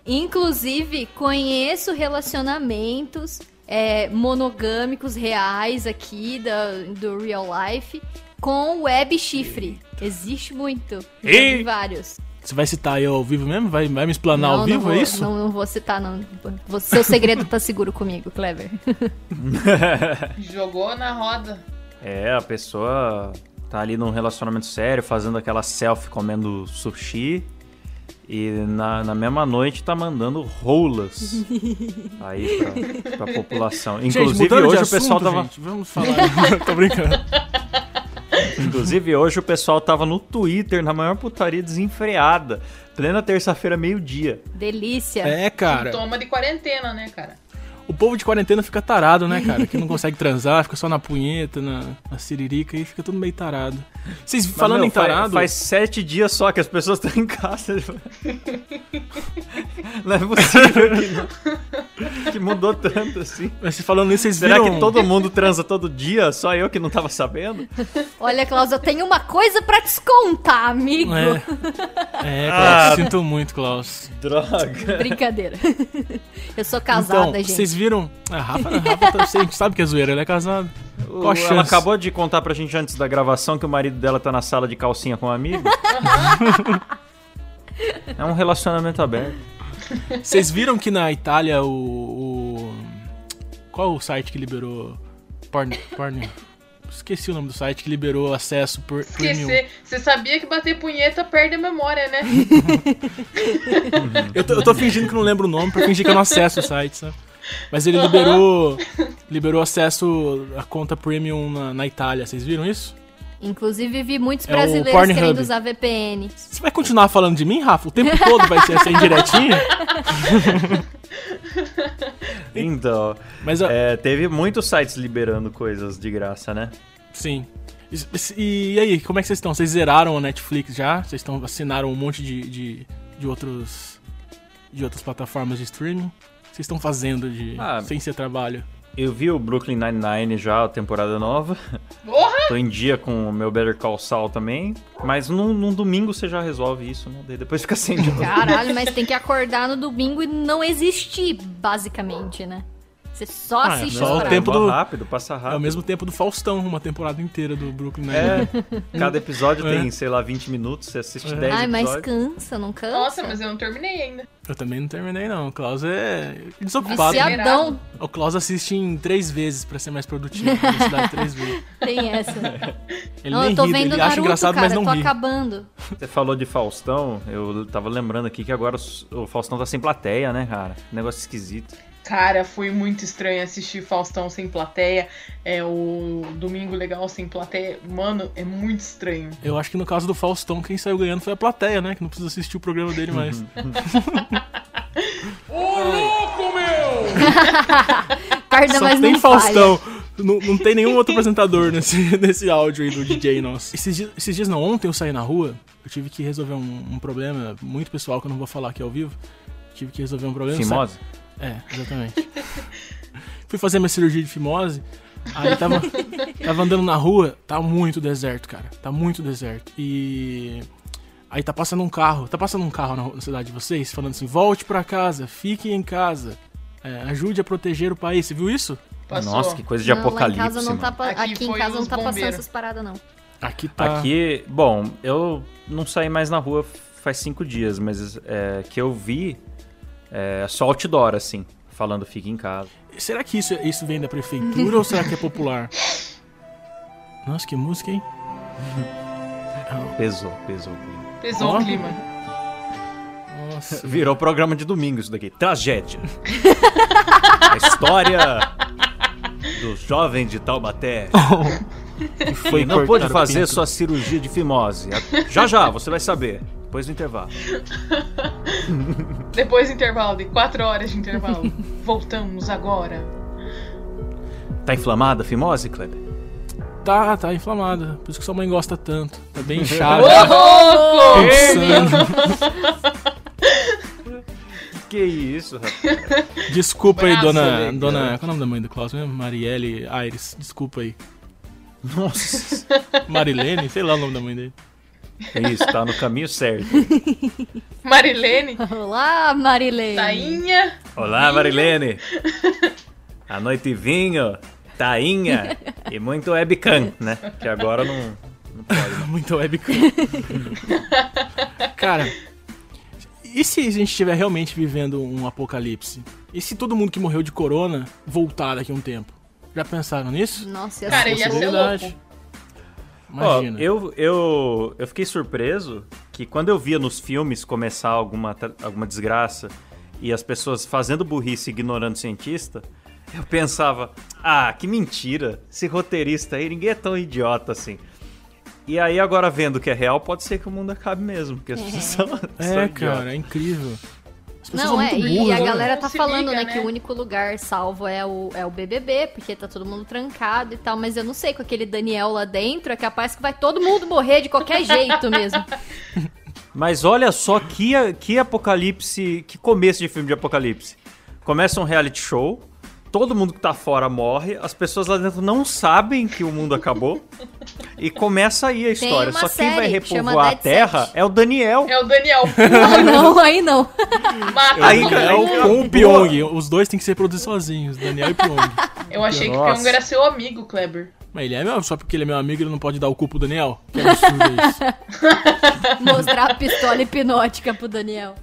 [SPEAKER 4] Inclusive, conheço relacionamentos é, monogâmicos reais aqui da- do real life com web chifre. Existe muito. Já vi
[SPEAKER 1] Eita.
[SPEAKER 4] vários.
[SPEAKER 2] Você vai citar aí ao vivo mesmo? Vai, vai me explanar Tá ao vivo,
[SPEAKER 4] vou,
[SPEAKER 2] é isso?
[SPEAKER 4] Não, não vou citar, não. Você- Seu segredo tá seguro comigo,
[SPEAKER 2] <laughs>
[SPEAKER 4] Clever.
[SPEAKER 3] Jogou na roda.
[SPEAKER 1] É, a pessoa tá ali num relacionamento sério, fazendo aquela selfie comendo sushi. E na, na mesma noite tá mandando
[SPEAKER 4] <laughs>
[SPEAKER 1] rolas aí pra, pra população. Inclusive
[SPEAKER 2] mudando de
[SPEAKER 1] hoje
[SPEAKER 2] assunto,
[SPEAKER 1] o pessoal tava.
[SPEAKER 2] gente, vamos falar. <laughs> Tô brincando.
[SPEAKER 1] Inclusive, hoje o pessoal tava no Twitter, na maior putaria desenfreada. Plena terça-feira, meio-dia.
[SPEAKER 4] Delícia.
[SPEAKER 2] É, cara.
[SPEAKER 3] Toma de quarentena, né, cara?
[SPEAKER 2] O povo de quarentena fica tarado, né, cara? Que não consegue transar, fica só na punheta, na, na siririca e fica tudo meio tarado. Vocês
[SPEAKER 1] Mas,
[SPEAKER 2] falando
[SPEAKER 1] meu,
[SPEAKER 2] em
[SPEAKER 1] Faz,
[SPEAKER 2] tarado.
[SPEAKER 1] faz sete dias só que as pessoas estão em casa. Não é possível que, não- que mudou tanto assim.
[SPEAKER 2] Mas vocês falando nisso, vocês
[SPEAKER 1] Será
[SPEAKER 2] viram. um-
[SPEAKER 1] que todo mundo transa todo dia? Só eu que não tava sabendo?
[SPEAKER 4] Olha, Klaus, eu tenho uma coisa pra te contar, amigo.
[SPEAKER 2] É, é Klaus, sinto muito, Klaus.
[SPEAKER 1] Droga.
[SPEAKER 4] <laughs> Brincadeira. Eu sou casada,
[SPEAKER 2] então,
[SPEAKER 4] gente.
[SPEAKER 2] vocês viram. A Rafa, a Rafa tá- a gente sabe que é zoeira, ela é casada. Qual a chance?
[SPEAKER 1] Ela acabou de contar pra gente antes da gravação que o marido dela tá na sala de calcinha com um
[SPEAKER 2] <laughs>
[SPEAKER 1] amigo. é um relacionamento aberto.
[SPEAKER 2] Vocês viram que na Itália o, o- Qual o site que liberou. Porn. Porn. Esqueci o nome do site que liberou acesso por premium.
[SPEAKER 3] Esquecer. Você sabia que bater punheta perde a memória, né?
[SPEAKER 2] Eu tô, eu tô fingindo que não lembro o nome pra fingir que eu não acesso o site, sabe? Mas ele liberou liberou acesso à conta premium na, na Itália. Vocês viram isso?
[SPEAKER 4] Inclusive, vi muitos
[SPEAKER 2] É o
[SPEAKER 4] brasileiros
[SPEAKER 2] Pornhub.
[SPEAKER 4] querendo usar VPN.
[SPEAKER 2] Você vai continuar falando de mim, Rafa? O tempo todo vai ser assim, essa indiretinha?
[SPEAKER 1] Então,
[SPEAKER 2] Mas, ó,
[SPEAKER 1] é, teve muitos sites liberando coisas de graça, né?
[SPEAKER 2] sim. E, e aí, como é que vocês estão? Vocês zeraram a Netflix já? Vocês estão assinaram um monte de, de, de outros de outras plataformas de streaming? Vocês estão fazendo de
[SPEAKER 1] Ah,
[SPEAKER 2] sem ser trabalho?
[SPEAKER 1] Eu vi o Brooklyn Nine-Nine já, a temporada nova.
[SPEAKER 3] Porra!
[SPEAKER 1] Tô em dia com o meu Better Call Saul também. Mas num, num domingo você já resolve isso, né? Daí depois fica sem de novo.
[SPEAKER 4] Caralho, mas tem que acordar no domingo e não existir, basicamente, né? Você só
[SPEAKER 2] Ah, é
[SPEAKER 4] assiste
[SPEAKER 2] só
[SPEAKER 4] os
[SPEAKER 2] o
[SPEAKER 1] Não,
[SPEAKER 4] programas.
[SPEAKER 2] tempo
[SPEAKER 1] é mó
[SPEAKER 2] do-
[SPEAKER 1] rápido, passa
[SPEAKER 2] É
[SPEAKER 1] rápido.
[SPEAKER 2] o mesmo tempo do Faustão, uma temporada inteira do Brooklyn Nine-Nine.
[SPEAKER 1] É, cada episódio
[SPEAKER 2] É.
[SPEAKER 1] tem, sei lá, 20 minutos, você assiste
[SPEAKER 2] É.
[SPEAKER 1] 10
[SPEAKER 4] Ai, mas
[SPEAKER 1] episódios.
[SPEAKER 4] cansa, não cansa?
[SPEAKER 3] Nossa, mas eu não terminei ainda.
[SPEAKER 2] Eu também não terminei, não. O Klaus é desocupado. né?
[SPEAKER 4] Viciadão
[SPEAKER 2] O Klaus assiste em três vezes pra ser mais produtivo. Isso dá três vezes.
[SPEAKER 4] tem essa.
[SPEAKER 3] né?
[SPEAKER 2] Ele
[SPEAKER 4] Não,
[SPEAKER 2] nem
[SPEAKER 4] eu tô
[SPEAKER 2] ri,
[SPEAKER 4] vendo
[SPEAKER 2] ele acha
[SPEAKER 4] Naruto,
[SPEAKER 2] engraçado,
[SPEAKER 4] cara,
[SPEAKER 2] mas
[SPEAKER 4] eu
[SPEAKER 2] não
[SPEAKER 4] tô
[SPEAKER 2] ri.
[SPEAKER 4] acabando.
[SPEAKER 1] Você falou de Faustão, eu tava lembrando aqui que agora os- o Faustão tá sem plateia, né, cara? Negócio esquisito.
[SPEAKER 3] Cara, foi muito estranho assistir Faustão sem plateia. É o Domingo Legal sem plateia. Mano, é muito estranho.
[SPEAKER 2] Eu acho que no caso do Faustão, quem saiu ganhando foi a plateia, né? Que não precisa assistir o programa dele mais.
[SPEAKER 4] Acorda,
[SPEAKER 2] Só
[SPEAKER 4] mas
[SPEAKER 2] tem
[SPEAKER 4] não
[SPEAKER 2] Faustão. Não, não tem nenhum outro apresentador nesse, <laughs> nesse áudio aí do DJ nosso. Esses dias, esses dias não, ontem eu saí na rua, eu tive que resolver um, um problema muito pessoal que eu não vou falar aqui ao vivo. Tive que resolver um problema. saí-
[SPEAKER 1] Fimose?
[SPEAKER 2] É, exatamente. <laughs> Fui fazer minha cirurgia de fimose, aí tava, tava andando na rua, tá muito deserto, cara. Tá muito deserto. E. Aí tá passando um carro, tá passando um carro na, ru- na cidade de vocês, falando assim: volte pra casa, fique em casa, é, ajude a proteger o país. Você viu isso?
[SPEAKER 3] Passou.
[SPEAKER 1] Nossa, que coisa de
[SPEAKER 4] Não,
[SPEAKER 1] apocalipse,
[SPEAKER 4] lá em casa não
[SPEAKER 1] mano.
[SPEAKER 4] tá, pa-
[SPEAKER 3] Aqui
[SPEAKER 4] aqui, em
[SPEAKER 3] foi
[SPEAKER 4] casa não
[SPEAKER 3] os
[SPEAKER 4] tá passando
[SPEAKER 3] bombeiros.
[SPEAKER 4] essas paradas, não.
[SPEAKER 2] Aqui tá.
[SPEAKER 1] Aqui, bom, eu não saí mais na rua faz cinco dias, mas é, que eu vi é só outdoor, assim, falando fique em casa.
[SPEAKER 2] Será que isso, isso vem da prefeitura ou será que é popular? Nossa, que música, hein?
[SPEAKER 1] Pesou, pesou.
[SPEAKER 3] Pesou
[SPEAKER 2] Ó.
[SPEAKER 3] o clima.
[SPEAKER 1] <laughs>
[SPEAKER 2] Nossa.
[SPEAKER 1] Virou programa de domingo isso daqui. <laughs> Tragédia. A história do jovem de Taubaté.
[SPEAKER 2] E
[SPEAKER 1] Ah, Foi, não
[SPEAKER 2] cortar
[SPEAKER 1] pôde
[SPEAKER 2] o
[SPEAKER 1] fazer
[SPEAKER 2] pinto.
[SPEAKER 1] sua cirurgia de fimose. Já já, você vai saber. Depois do intervalo.
[SPEAKER 3] Depois do intervalo, de 4 horas de intervalo. Voltamos agora.
[SPEAKER 1] Tá inflamada a fimose, Kleber?
[SPEAKER 2] Tá, tá inflamada. Por isso que sua mãe gosta tanto.
[SPEAKER 1] <laughs>
[SPEAKER 2] Tá bem inchada. tá
[SPEAKER 3] Louco!
[SPEAKER 2] Pulsando.
[SPEAKER 1] Que isso, rapaz.
[SPEAKER 2] Desculpa aí,
[SPEAKER 3] Braço,
[SPEAKER 2] dona.
[SPEAKER 1] né,
[SPEAKER 2] dona qual é o nome da mãe do Klaus mesmo? Marielle Aires. Desculpa aí.
[SPEAKER 1] Nossa.
[SPEAKER 2] Marilene, sei lá o nome da mãe dele.
[SPEAKER 1] Isso, tá no caminho certo.
[SPEAKER 3] Marilene,
[SPEAKER 4] Olá, Marilene.
[SPEAKER 3] Tá Tainha.
[SPEAKER 1] Olá, Marilene. A noite vinho, tainha e muito webcam, né? Que agora não, não pode.
[SPEAKER 2] <laughs>
[SPEAKER 1] não. <laughs>
[SPEAKER 2] Muita webcam. Cara, e se a gente estiver realmente vivendo um apocalipse? E se todo mundo que morreu de corona voltar daqui a um tempo? Já pensaram nisso?
[SPEAKER 4] Nossa, eu
[SPEAKER 3] Cara,
[SPEAKER 4] sei.
[SPEAKER 3] ia ser
[SPEAKER 2] Possibilidade.
[SPEAKER 3] louco.
[SPEAKER 2] Imagina.
[SPEAKER 1] Ó, eu, eu, eu fiquei surpreso que quando eu via nos filmes começar alguma, tra- alguma desgraça e as pessoas fazendo burrice e ignorando o cientista, eu pensava, ah, que mentira, esse roteirista aí, ninguém é tão idiota assim. E aí agora vendo que é real, pode ser que o mundo acabe mesmo, porque as pessoas são, <laughs> são
[SPEAKER 2] É,
[SPEAKER 1] idiotas.
[SPEAKER 2] cara, é incrível. As pessoas
[SPEAKER 4] Não,
[SPEAKER 2] são
[SPEAKER 4] é,
[SPEAKER 2] muito
[SPEAKER 4] e
[SPEAKER 2] burras,
[SPEAKER 4] a
[SPEAKER 2] né?
[SPEAKER 4] galera
[SPEAKER 3] Não
[SPEAKER 4] tá
[SPEAKER 3] se
[SPEAKER 4] falando,
[SPEAKER 3] liga,
[SPEAKER 4] né, que
[SPEAKER 3] né?
[SPEAKER 4] o único lugar salvo é o, é o BBB, porque tá todo mundo trancado e tal, mas eu não sei, com aquele Daniel lá dentro, é capaz que vai todo mundo morrer de qualquer
[SPEAKER 2] <laughs>
[SPEAKER 4] jeito mesmo.
[SPEAKER 1] Mas olha só que, que apocalipse, que começo de filme de apocalipse. Começa um reality show, todo mundo que tá fora morre, as pessoas lá dentro não sabem que o mundo acabou. e começa aí a história.
[SPEAKER 4] uma
[SPEAKER 1] Só quem vai
[SPEAKER 4] série que chama
[SPEAKER 1] repovoar a
[SPEAKER 4] Dead
[SPEAKER 1] Terra
[SPEAKER 4] Set.
[SPEAKER 1] é o Daniel.
[SPEAKER 3] É o
[SPEAKER 2] <laughs>
[SPEAKER 3] Daniel.
[SPEAKER 4] Ah, não, aí não.
[SPEAKER 3] Mata
[SPEAKER 1] Aí,
[SPEAKER 3] todo
[SPEAKER 1] cara, é
[SPEAKER 2] Daniel
[SPEAKER 3] mundo.
[SPEAKER 2] com o Pyong. Os dois têm que se reproduzir sozinhos, Daniel e
[SPEAKER 4] <laughs>
[SPEAKER 2] Pyong.
[SPEAKER 3] Eu achei que o
[SPEAKER 1] Nossa.
[SPEAKER 3] Pyong era seu amigo, Kleber.
[SPEAKER 2] Mas ele é meu, só porque ele é meu amigo, ele não pode dar o cu pro Daniel? Que absurdo é isso.
[SPEAKER 4] Mostrar a pistola hipnótica pro Daniel.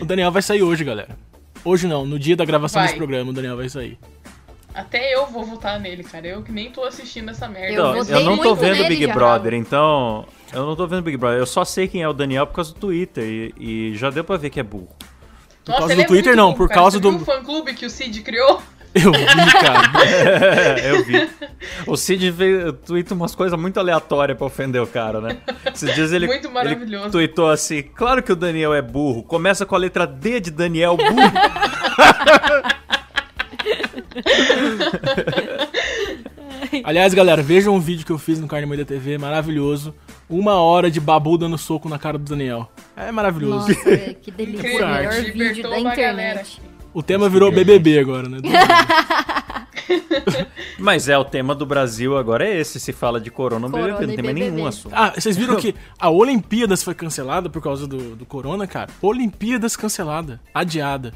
[SPEAKER 2] O Daniel vai sair hoje, galera. Hoje não, no dia da gravação
[SPEAKER 3] Vai.
[SPEAKER 2] desse programa, o Daniel vai sair.
[SPEAKER 3] Até eu vou votar nele, cara. Eu que nem tô assistindo essa merda.
[SPEAKER 4] Eu
[SPEAKER 1] Não,
[SPEAKER 4] votei
[SPEAKER 1] Então, eu não tô
[SPEAKER 4] muito
[SPEAKER 1] vendo
[SPEAKER 4] nele
[SPEAKER 1] Big
[SPEAKER 4] já.
[SPEAKER 1] Brother, então. Eu não tô vendo Big Brother. Eu só sei quem é o Daniel por causa do Twitter. E, e já deu pra ver que é burro.
[SPEAKER 3] Por
[SPEAKER 2] causa do Twitter, não, por causa do-
[SPEAKER 3] Viu o fã-clube que o Cid criou?
[SPEAKER 2] Eu vi, cara.
[SPEAKER 1] <laughs> É, eu vi. O Cid veio, tweeta umas coisas muito aleatórias pra ofender o cara, né? Esses dias ele,
[SPEAKER 3] Muito maravilhoso.
[SPEAKER 1] ele tweetou assim, claro que o Daniel é burro, começa com a letra D de Daniel burro. <laughs>
[SPEAKER 2] Aliás, galera, vejam um vídeo que eu fiz no Carne Moída TV, maravilhoso. Uma hora de babu dando soco na cara do Daniel. É maravilhoso.
[SPEAKER 4] Nossa, velho, que delícia.
[SPEAKER 3] Incrível,
[SPEAKER 4] o melhor
[SPEAKER 3] te
[SPEAKER 4] vídeo
[SPEAKER 3] libertou
[SPEAKER 4] da
[SPEAKER 3] uma galera.
[SPEAKER 4] internet.
[SPEAKER 2] <laughs> O tema virou BBB agora, né?
[SPEAKER 1] Mas é, o tema do Brasil agora é esse, se fala de corona,
[SPEAKER 4] Corona
[SPEAKER 1] BBB, não
[SPEAKER 4] e
[SPEAKER 1] tem mais
[SPEAKER 4] BBB.
[SPEAKER 1] nenhum assunto.
[SPEAKER 2] Ah, vocês viram que a Olimpíadas foi cancelada por causa do, do corona, cara? Olimpíadas cancelada, adiada.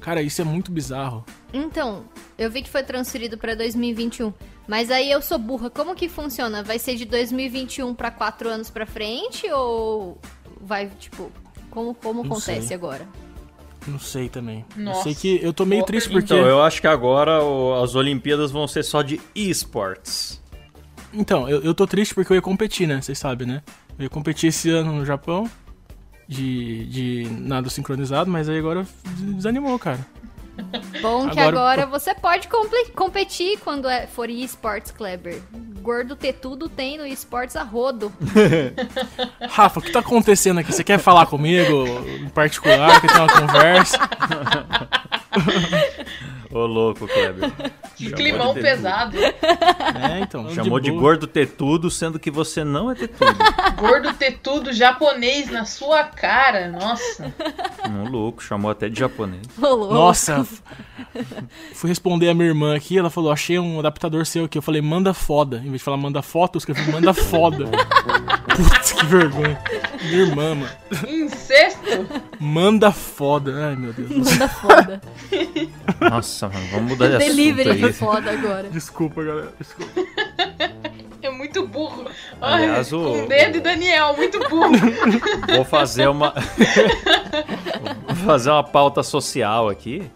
[SPEAKER 2] Cara, isso é muito bizarro.
[SPEAKER 4] Então, eu vi que foi transferido pra 2021, mas aí eu sou burra. Como que funciona? Vai ser de 2021 pra 4 anos pra frente ou vai tipo como como
[SPEAKER 2] Não
[SPEAKER 4] acontece
[SPEAKER 2] sei.
[SPEAKER 4] agora?
[SPEAKER 2] Não sei também.
[SPEAKER 3] Nossa,
[SPEAKER 2] eu sei que eu tô meio
[SPEAKER 3] boa
[SPEAKER 2] triste
[SPEAKER 3] pergunta.
[SPEAKER 2] porque.
[SPEAKER 1] Então, eu acho que agora o- as Olimpíadas vão ser só de esportes.
[SPEAKER 2] Então, eu, eu tô triste porque eu ia competir, né? Vocês sabem, né? Eu ia competir esse ano no Japão de, de nado sincronizado, mas aí agora desanimou, cara.
[SPEAKER 4] Bom que
[SPEAKER 2] Agora-
[SPEAKER 4] agora você pode comple- competir quando é, for eSports Kleber. Gordo ter tudo tem no eSports a rodo. <laughs>
[SPEAKER 2] Rafa, o que tá acontecendo aqui? Você quer falar comigo em particular? Quer ter uma conversa?
[SPEAKER 1] Ô louco, Kleber.
[SPEAKER 3] Que
[SPEAKER 1] Chamou
[SPEAKER 3] climão
[SPEAKER 1] de tetudo.
[SPEAKER 3] pesado.
[SPEAKER 2] É, então.
[SPEAKER 1] Chamou de,
[SPEAKER 2] boa.
[SPEAKER 1] gordo tetudo, sendo que você não é tetudo.
[SPEAKER 3] Gordo ter tudo japonês na sua cara. Nossa.
[SPEAKER 1] um louco, chamou até de japonês.
[SPEAKER 4] Rolou.
[SPEAKER 2] Nossa! Fui responder a minha irmã aqui, ela falou: achei um adaptador seu aqui. Eu falei, manda foda. Em vez de falar manda foto, eu escrevi manda foda. Putz, que vergonha. Minha irmã, mano.
[SPEAKER 3] Incesto.
[SPEAKER 2] Manda foda. Ai, meu Deus. <laughs>
[SPEAKER 4] Manda foda.
[SPEAKER 1] Nossa, mano, vamos mudar de assunto
[SPEAKER 4] Delivery
[SPEAKER 1] aí.
[SPEAKER 4] é foda agora.
[SPEAKER 2] Desculpa, galera. Desculpa.
[SPEAKER 3] É muito burro.
[SPEAKER 1] Aliás,
[SPEAKER 3] Ai,
[SPEAKER 1] o-
[SPEAKER 3] Com um dedo e Daniel, muito burro.
[SPEAKER 1] Vou fazer uma. <laughs> Vou fazer uma pauta social aqui.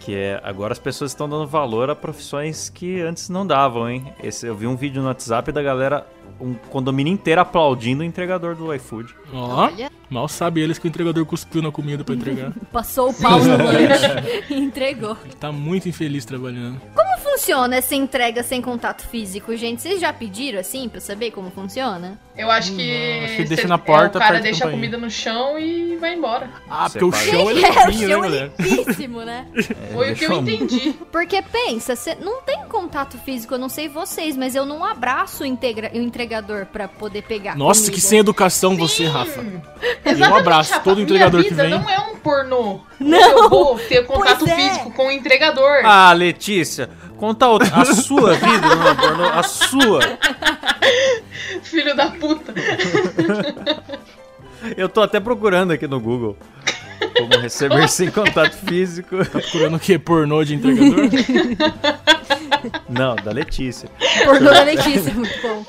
[SPEAKER 1] Que é agora as pessoas estão dando valor a profissões que antes não davam, hein? Esse, eu vi um vídeo no WhatsApp da galera, um condomínio inteiro aplaudindo o entregador do iFood.
[SPEAKER 2] Ó,
[SPEAKER 4] Olha,
[SPEAKER 2] mal sabe eles que o entregador cuspiu na comida pra entregar.
[SPEAKER 4] <laughs> passou o pau no lanche <laughs> e entregou.
[SPEAKER 2] Ele tá muito infeliz trabalhando.
[SPEAKER 4] funciona essa entrega sem contato físico, gente? Vocês já pediram assim pra saber como funciona?
[SPEAKER 3] Eu acho que.
[SPEAKER 2] Não, acho que
[SPEAKER 3] cê-
[SPEAKER 2] deixa na porta,
[SPEAKER 3] é, o cara
[SPEAKER 2] aperta o
[SPEAKER 3] deixa a
[SPEAKER 2] campainha.
[SPEAKER 3] comida no chão e vai embora.
[SPEAKER 2] Ah,
[SPEAKER 1] Você
[SPEAKER 2] porque o
[SPEAKER 1] paga.
[SPEAKER 2] chão ele
[SPEAKER 4] é,
[SPEAKER 2] é
[SPEAKER 4] o
[SPEAKER 2] limpinho, né,
[SPEAKER 4] chão
[SPEAKER 2] galera?
[SPEAKER 4] limpíssimo, né?
[SPEAKER 3] Foi o que
[SPEAKER 1] deixa
[SPEAKER 3] eu
[SPEAKER 1] eu-
[SPEAKER 2] <laughs>
[SPEAKER 3] entendi.
[SPEAKER 4] <laughs>
[SPEAKER 2] Um
[SPEAKER 4] Porque pensa, cê não tem contato físico, eu não sei vocês, mas eu não abraço o, integra- o entregador pra poder pegar.
[SPEAKER 2] Nossa,
[SPEAKER 4] comida.
[SPEAKER 2] que sem educação você, Rafa. E um
[SPEAKER 3] Exatamente,
[SPEAKER 2] abraço,
[SPEAKER 3] Rafa.
[SPEAKER 2] todo entregador
[SPEAKER 3] Minha
[SPEAKER 2] que
[SPEAKER 3] vida
[SPEAKER 2] vem.
[SPEAKER 3] não é um
[SPEAKER 2] <laughs>
[SPEAKER 3] pornô. Não. Eu vou ter contato
[SPEAKER 4] Pois é.
[SPEAKER 3] físico com o entregador.
[SPEAKER 1] Ah, Letícia, conta outra- a sua vida, não é, pornô? A sua.
[SPEAKER 3] Filho da puta.
[SPEAKER 1] Eu tô até procurando aqui no Google. Como receber sem contato físico.
[SPEAKER 2] Procurando o quê? Pornô de entregador?
[SPEAKER 1] Não, da Letícia.
[SPEAKER 4] <laughs> Pornô da Letícia, muito bom.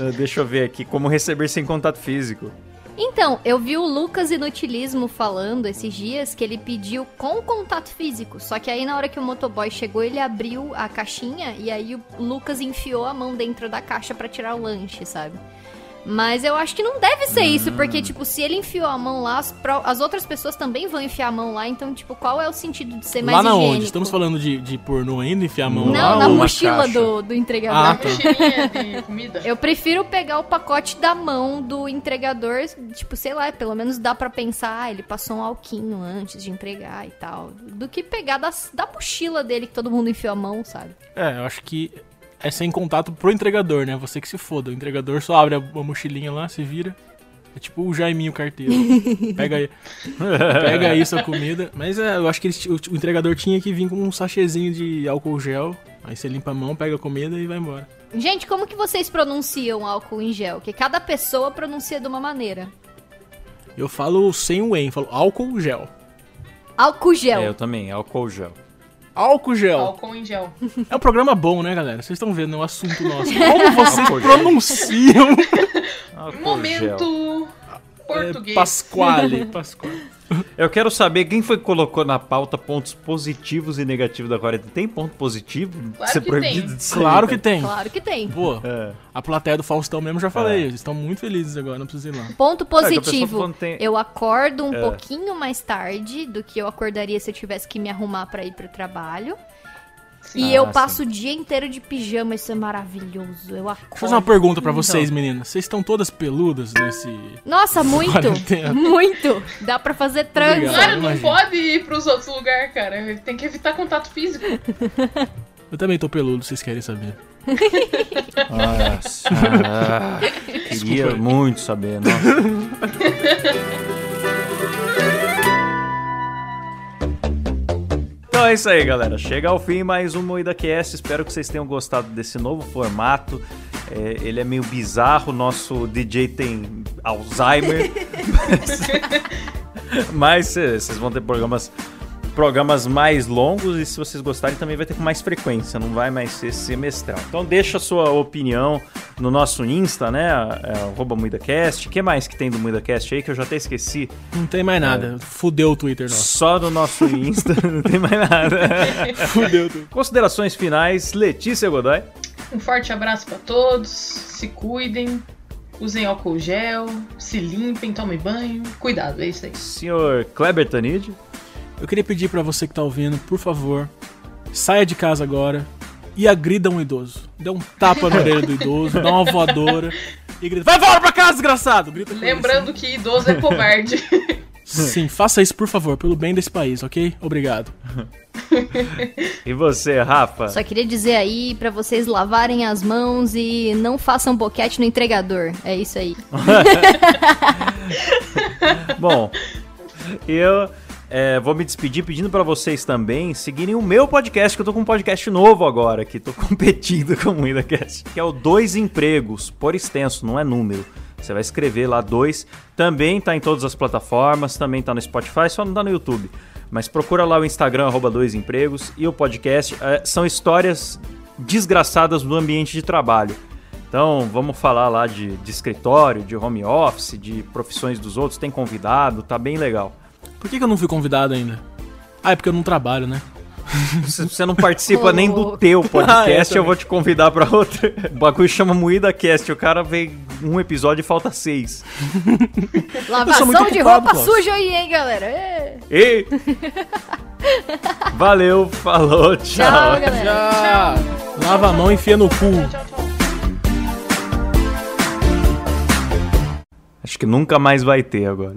[SPEAKER 1] Uh, Deixa eu ver aqui, como receber sem contato físico.
[SPEAKER 4] Então, eu vi o Lucas Inutilismo falando esses dias que ele pediu com contato físico. Só que aí na hora que o motoboy chegou, ele abriu a caixinha e aí o Lucas enfiou a mão dentro da caixa pra tirar o lanche, sabe? Mas eu acho que não deve ser isso,
[SPEAKER 2] Hum.
[SPEAKER 4] porque, tipo, se ele enfiou a mão lá, as, pro- as outras pessoas também vão enfiar a mão lá. Então, tipo, qual é o sentido de ser mais
[SPEAKER 2] Lá na
[SPEAKER 4] higiênico?
[SPEAKER 2] onde? Estamos falando de, de pornô ainda, enfiar a mão lá?
[SPEAKER 4] Não, na
[SPEAKER 1] ou na
[SPEAKER 4] mochila
[SPEAKER 1] caixa?
[SPEAKER 4] do, do entregador.
[SPEAKER 2] Ah,
[SPEAKER 3] Na
[SPEAKER 2] tá.
[SPEAKER 3] mochilinha é
[SPEAKER 2] <laughs>
[SPEAKER 3] de comida.
[SPEAKER 4] Eu prefiro pegar o pacote da mão do entregador, tipo, sei lá, pelo menos dá pra pensar, ah, ele passou um alquinho antes de entregar e tal, do que pegar da, da mochila dele que todo mundo enfiou a mão, sabe?
[SPEAKER 2] É, eu acho que é sem contato pro entregador, né? Você que se foda. O entregador só abre a a mochilinha lá, se vira. É tipo o Jaiminho carteiro. Pega aí. Pega aí sua comida. Mas é, eu acho que eles ti- o, o entregador tinha que vir com um sachêzinho de álcool gel. Aí você limpa a mão, pega a comida e vai embora.
[SPEAKER 4] Gente, como que vocês pronunciam álcool em gel? Que cada pessoa pronuncia de uma maneira.
[SPEAKER 2] Eu falo sem o em, falo álcool gel.
[SPEAKER 4] Álcool gel.
[SPEAKER 1] É, eu também, álcool gel.
[SPEAKER 2] Álcool gel.
[SPEAKER 3] Álcool em gel.
[SPEAKER 2] É um programa bom, né, galera? Vocês estão vendo né, o assunto nosso. Como vocês
[SPEAKER 1] Álcool gel.
[SPEAKER 2] pronunciam
[SPEAKER 1] Álcool gel.
[SPEAKER 3] Momento
[SPEAKER 2] é,
[SPEAKER 3] português.
[SPEAKER 2] Pasquale? Pasquale.
[SPEAKER 1] Eu quero saber quem foi que colocou na pauta pontos positivos e negativos da quarentena. Tem ponto positivo?
[SPEAKER 3] Claro que tem.
[SPEAKER 1] de sair, né?
[SPEAKER 2] Claro que
[SPEAKER 1] cara?
[SPEAKER 2] tem.
[SPEAKER 4] Claro que tem.
[SPEAKER 2] Pô,
[SPEAKER 1] É.
[SPEAKER 2] a plateia do Faustão mesmo já falei, eles estão muito felizes agora, não precisa ir lá.
[SPEAKER 4] Ponto
[SPEAKER 1] É, que a pessoa
[SPEAKER 4] positivo,
[SPEAKER 1] quando tem-
[SPEAKER 4] eu acordo um
[SPEAKER 1] É.
[SPEAKER 4] pouquinho mais tarde do que eu acordaria se eu tivesse que me arrumar pra ir pro trabalho.
[SPEAKER 1] Sim.
[SPEAKER 4] E eu
[SPEAKER 1] Ah,
[SPEAKER 4] passo o dia inteiro de pijama, isso é maravilhoso.
[SPEAKER 2] Deixa
[SPEAKER 4] Eu
[SPEAKER 2] eu fazer uma
[SPEAKER 4] acordo.
[SPEAKER 2] pergunta pra vocês, meninas. Vocês estão todas peludas nesse.
[SPEAKER 4] Nossa, muito!
[SPEAKER 2] Quarentena.
[SPEAKER 4] Muito! Dá pra fazer trança.
[SPEAKER 2] Obrigado.
[SPEAKER 3] Claro, não
[SPEAKER 2] Imagina.
[SPEAKER 3] pode ir pros outros lugares, cara. Tem que evitar contato físico.
[SPEAKER 2] Eu também tô peludo, vocês querem saber.
[SPEAKER 1] Nossa. Ah, <laughs> queria
[SPEAKER 2] Desculpa.
[SPEAKER 1] muito saber. Nossa. Então é isso aí, galera. Chega ao fim mais um Moída QS. Espero que vocês tenham gostado desse novo formato. É, ele é meio bizarro. Nosso DJ tem Alzheimer. Mas é, vocês vão ter programas, programas mais longos e se vocês gostarem também vai ter com mais frequência, não vai mais ser semestral. Então deixa a sua opinião no nosso Insta, né? É, arroba MuidaCast. O que mais que tem do MuidaCast aí que eu já até esqueci?
[SPEAKER 2] Não tem mais nada. É, Fudeu o Twitter <laughs> nosso.
[SPEAKER 1] Só do nosso Insta, <laughs> não tem mais nada.
[SPEAKER 2] É, Fudeu o Twitter.
[SPEAKER 1] Considerações finais, Letícia Godoy.
[SPEAKER 3] Um forte abraço pra todos. Se cuidem. Usem álcool gel. Se limpem, tomem banho. Cuidado, é isso aí.
[SPEAKER 1] Senhor Kleber Tanid.
[SPEAKER 2] Eu queria pedir pra você que tá ouvindo, por favor, saia de casa agora e agrida um idoso. Dê um tapa na orelha do idoso, dá uma voadora e grita: Vai embora pra casa, desgraçado! Grita com ele,
[SPEAKER 3] Lembrando que idoso é covarde.
[SPEAKER 2] assim. Sim, faça isso, por favor, pelo bem desse país, ok? Obrigado.
[SPEAKER 1] E você, Rafa.
[SPEAKER 4] Só queria dizer aí pra vocês lavarem as mãos e não façam boquete no entregador. É isso aí.
[SPEAKER 1] Bom, eu é, vou me despedir pedindo pra vocês também seguirem o meu podcast, que eu tô com um podcast novo agora, que tô <laughs> competindo com o MuidaCast, que é o Dois Empregos, por extenso, não é número. Você vai escrever lá dois. Também tá em todas as plataformas, também tá no Spotify, só não tá no YouTube. Mas procura lá o Instagram, arroba dois empregos, e o podcast. é, são histórias desgraçadas do ambiente de trabalho. Então, vamos falar lá de, de escritório, de home office, de profissões dos outros. Tem convidado, tá bem legal.
[SPEAKER 2] Por que, que eu não fui convidado ainda? Ah, é porque eu não trabalho, né?
[SPEAKER 1] Se você não participa
[SPEAKER 4] Ô,
[SPEAKER 1] nem do
[SPEAKER 4] louco.
[SPEAKER 1] teu
[SPEAKER 2] Ah, é,
[SPEAKER 1] podcast,
[SPEAKER 2] também.
[SPEAKER 1] eu vou te convidar pra outro. O bagulho chama Moída Cast. O cara vê um episódio e falta seis.
[SPEAKER 4] Lavação
[SPEAKER 2] muito
[SPEAKER 4] de
[SPEAKER 2] ocupado,
[SPEAKER 4] roupa
[SPEAKER 2] Klaus.
[SPEAKER 4] suja aí, hein, galera? É.
[SPEAKER 1] E Valeu, falou, tchau.
[SPEAKER 4] Tchau, galera.
[SPEAKER 2] Já! Lava a mão e enfia no cu.
[SPEAKER 3] Tchau, tchau.
[SPEAKER 1] Acho que nunca mais vai ter agora.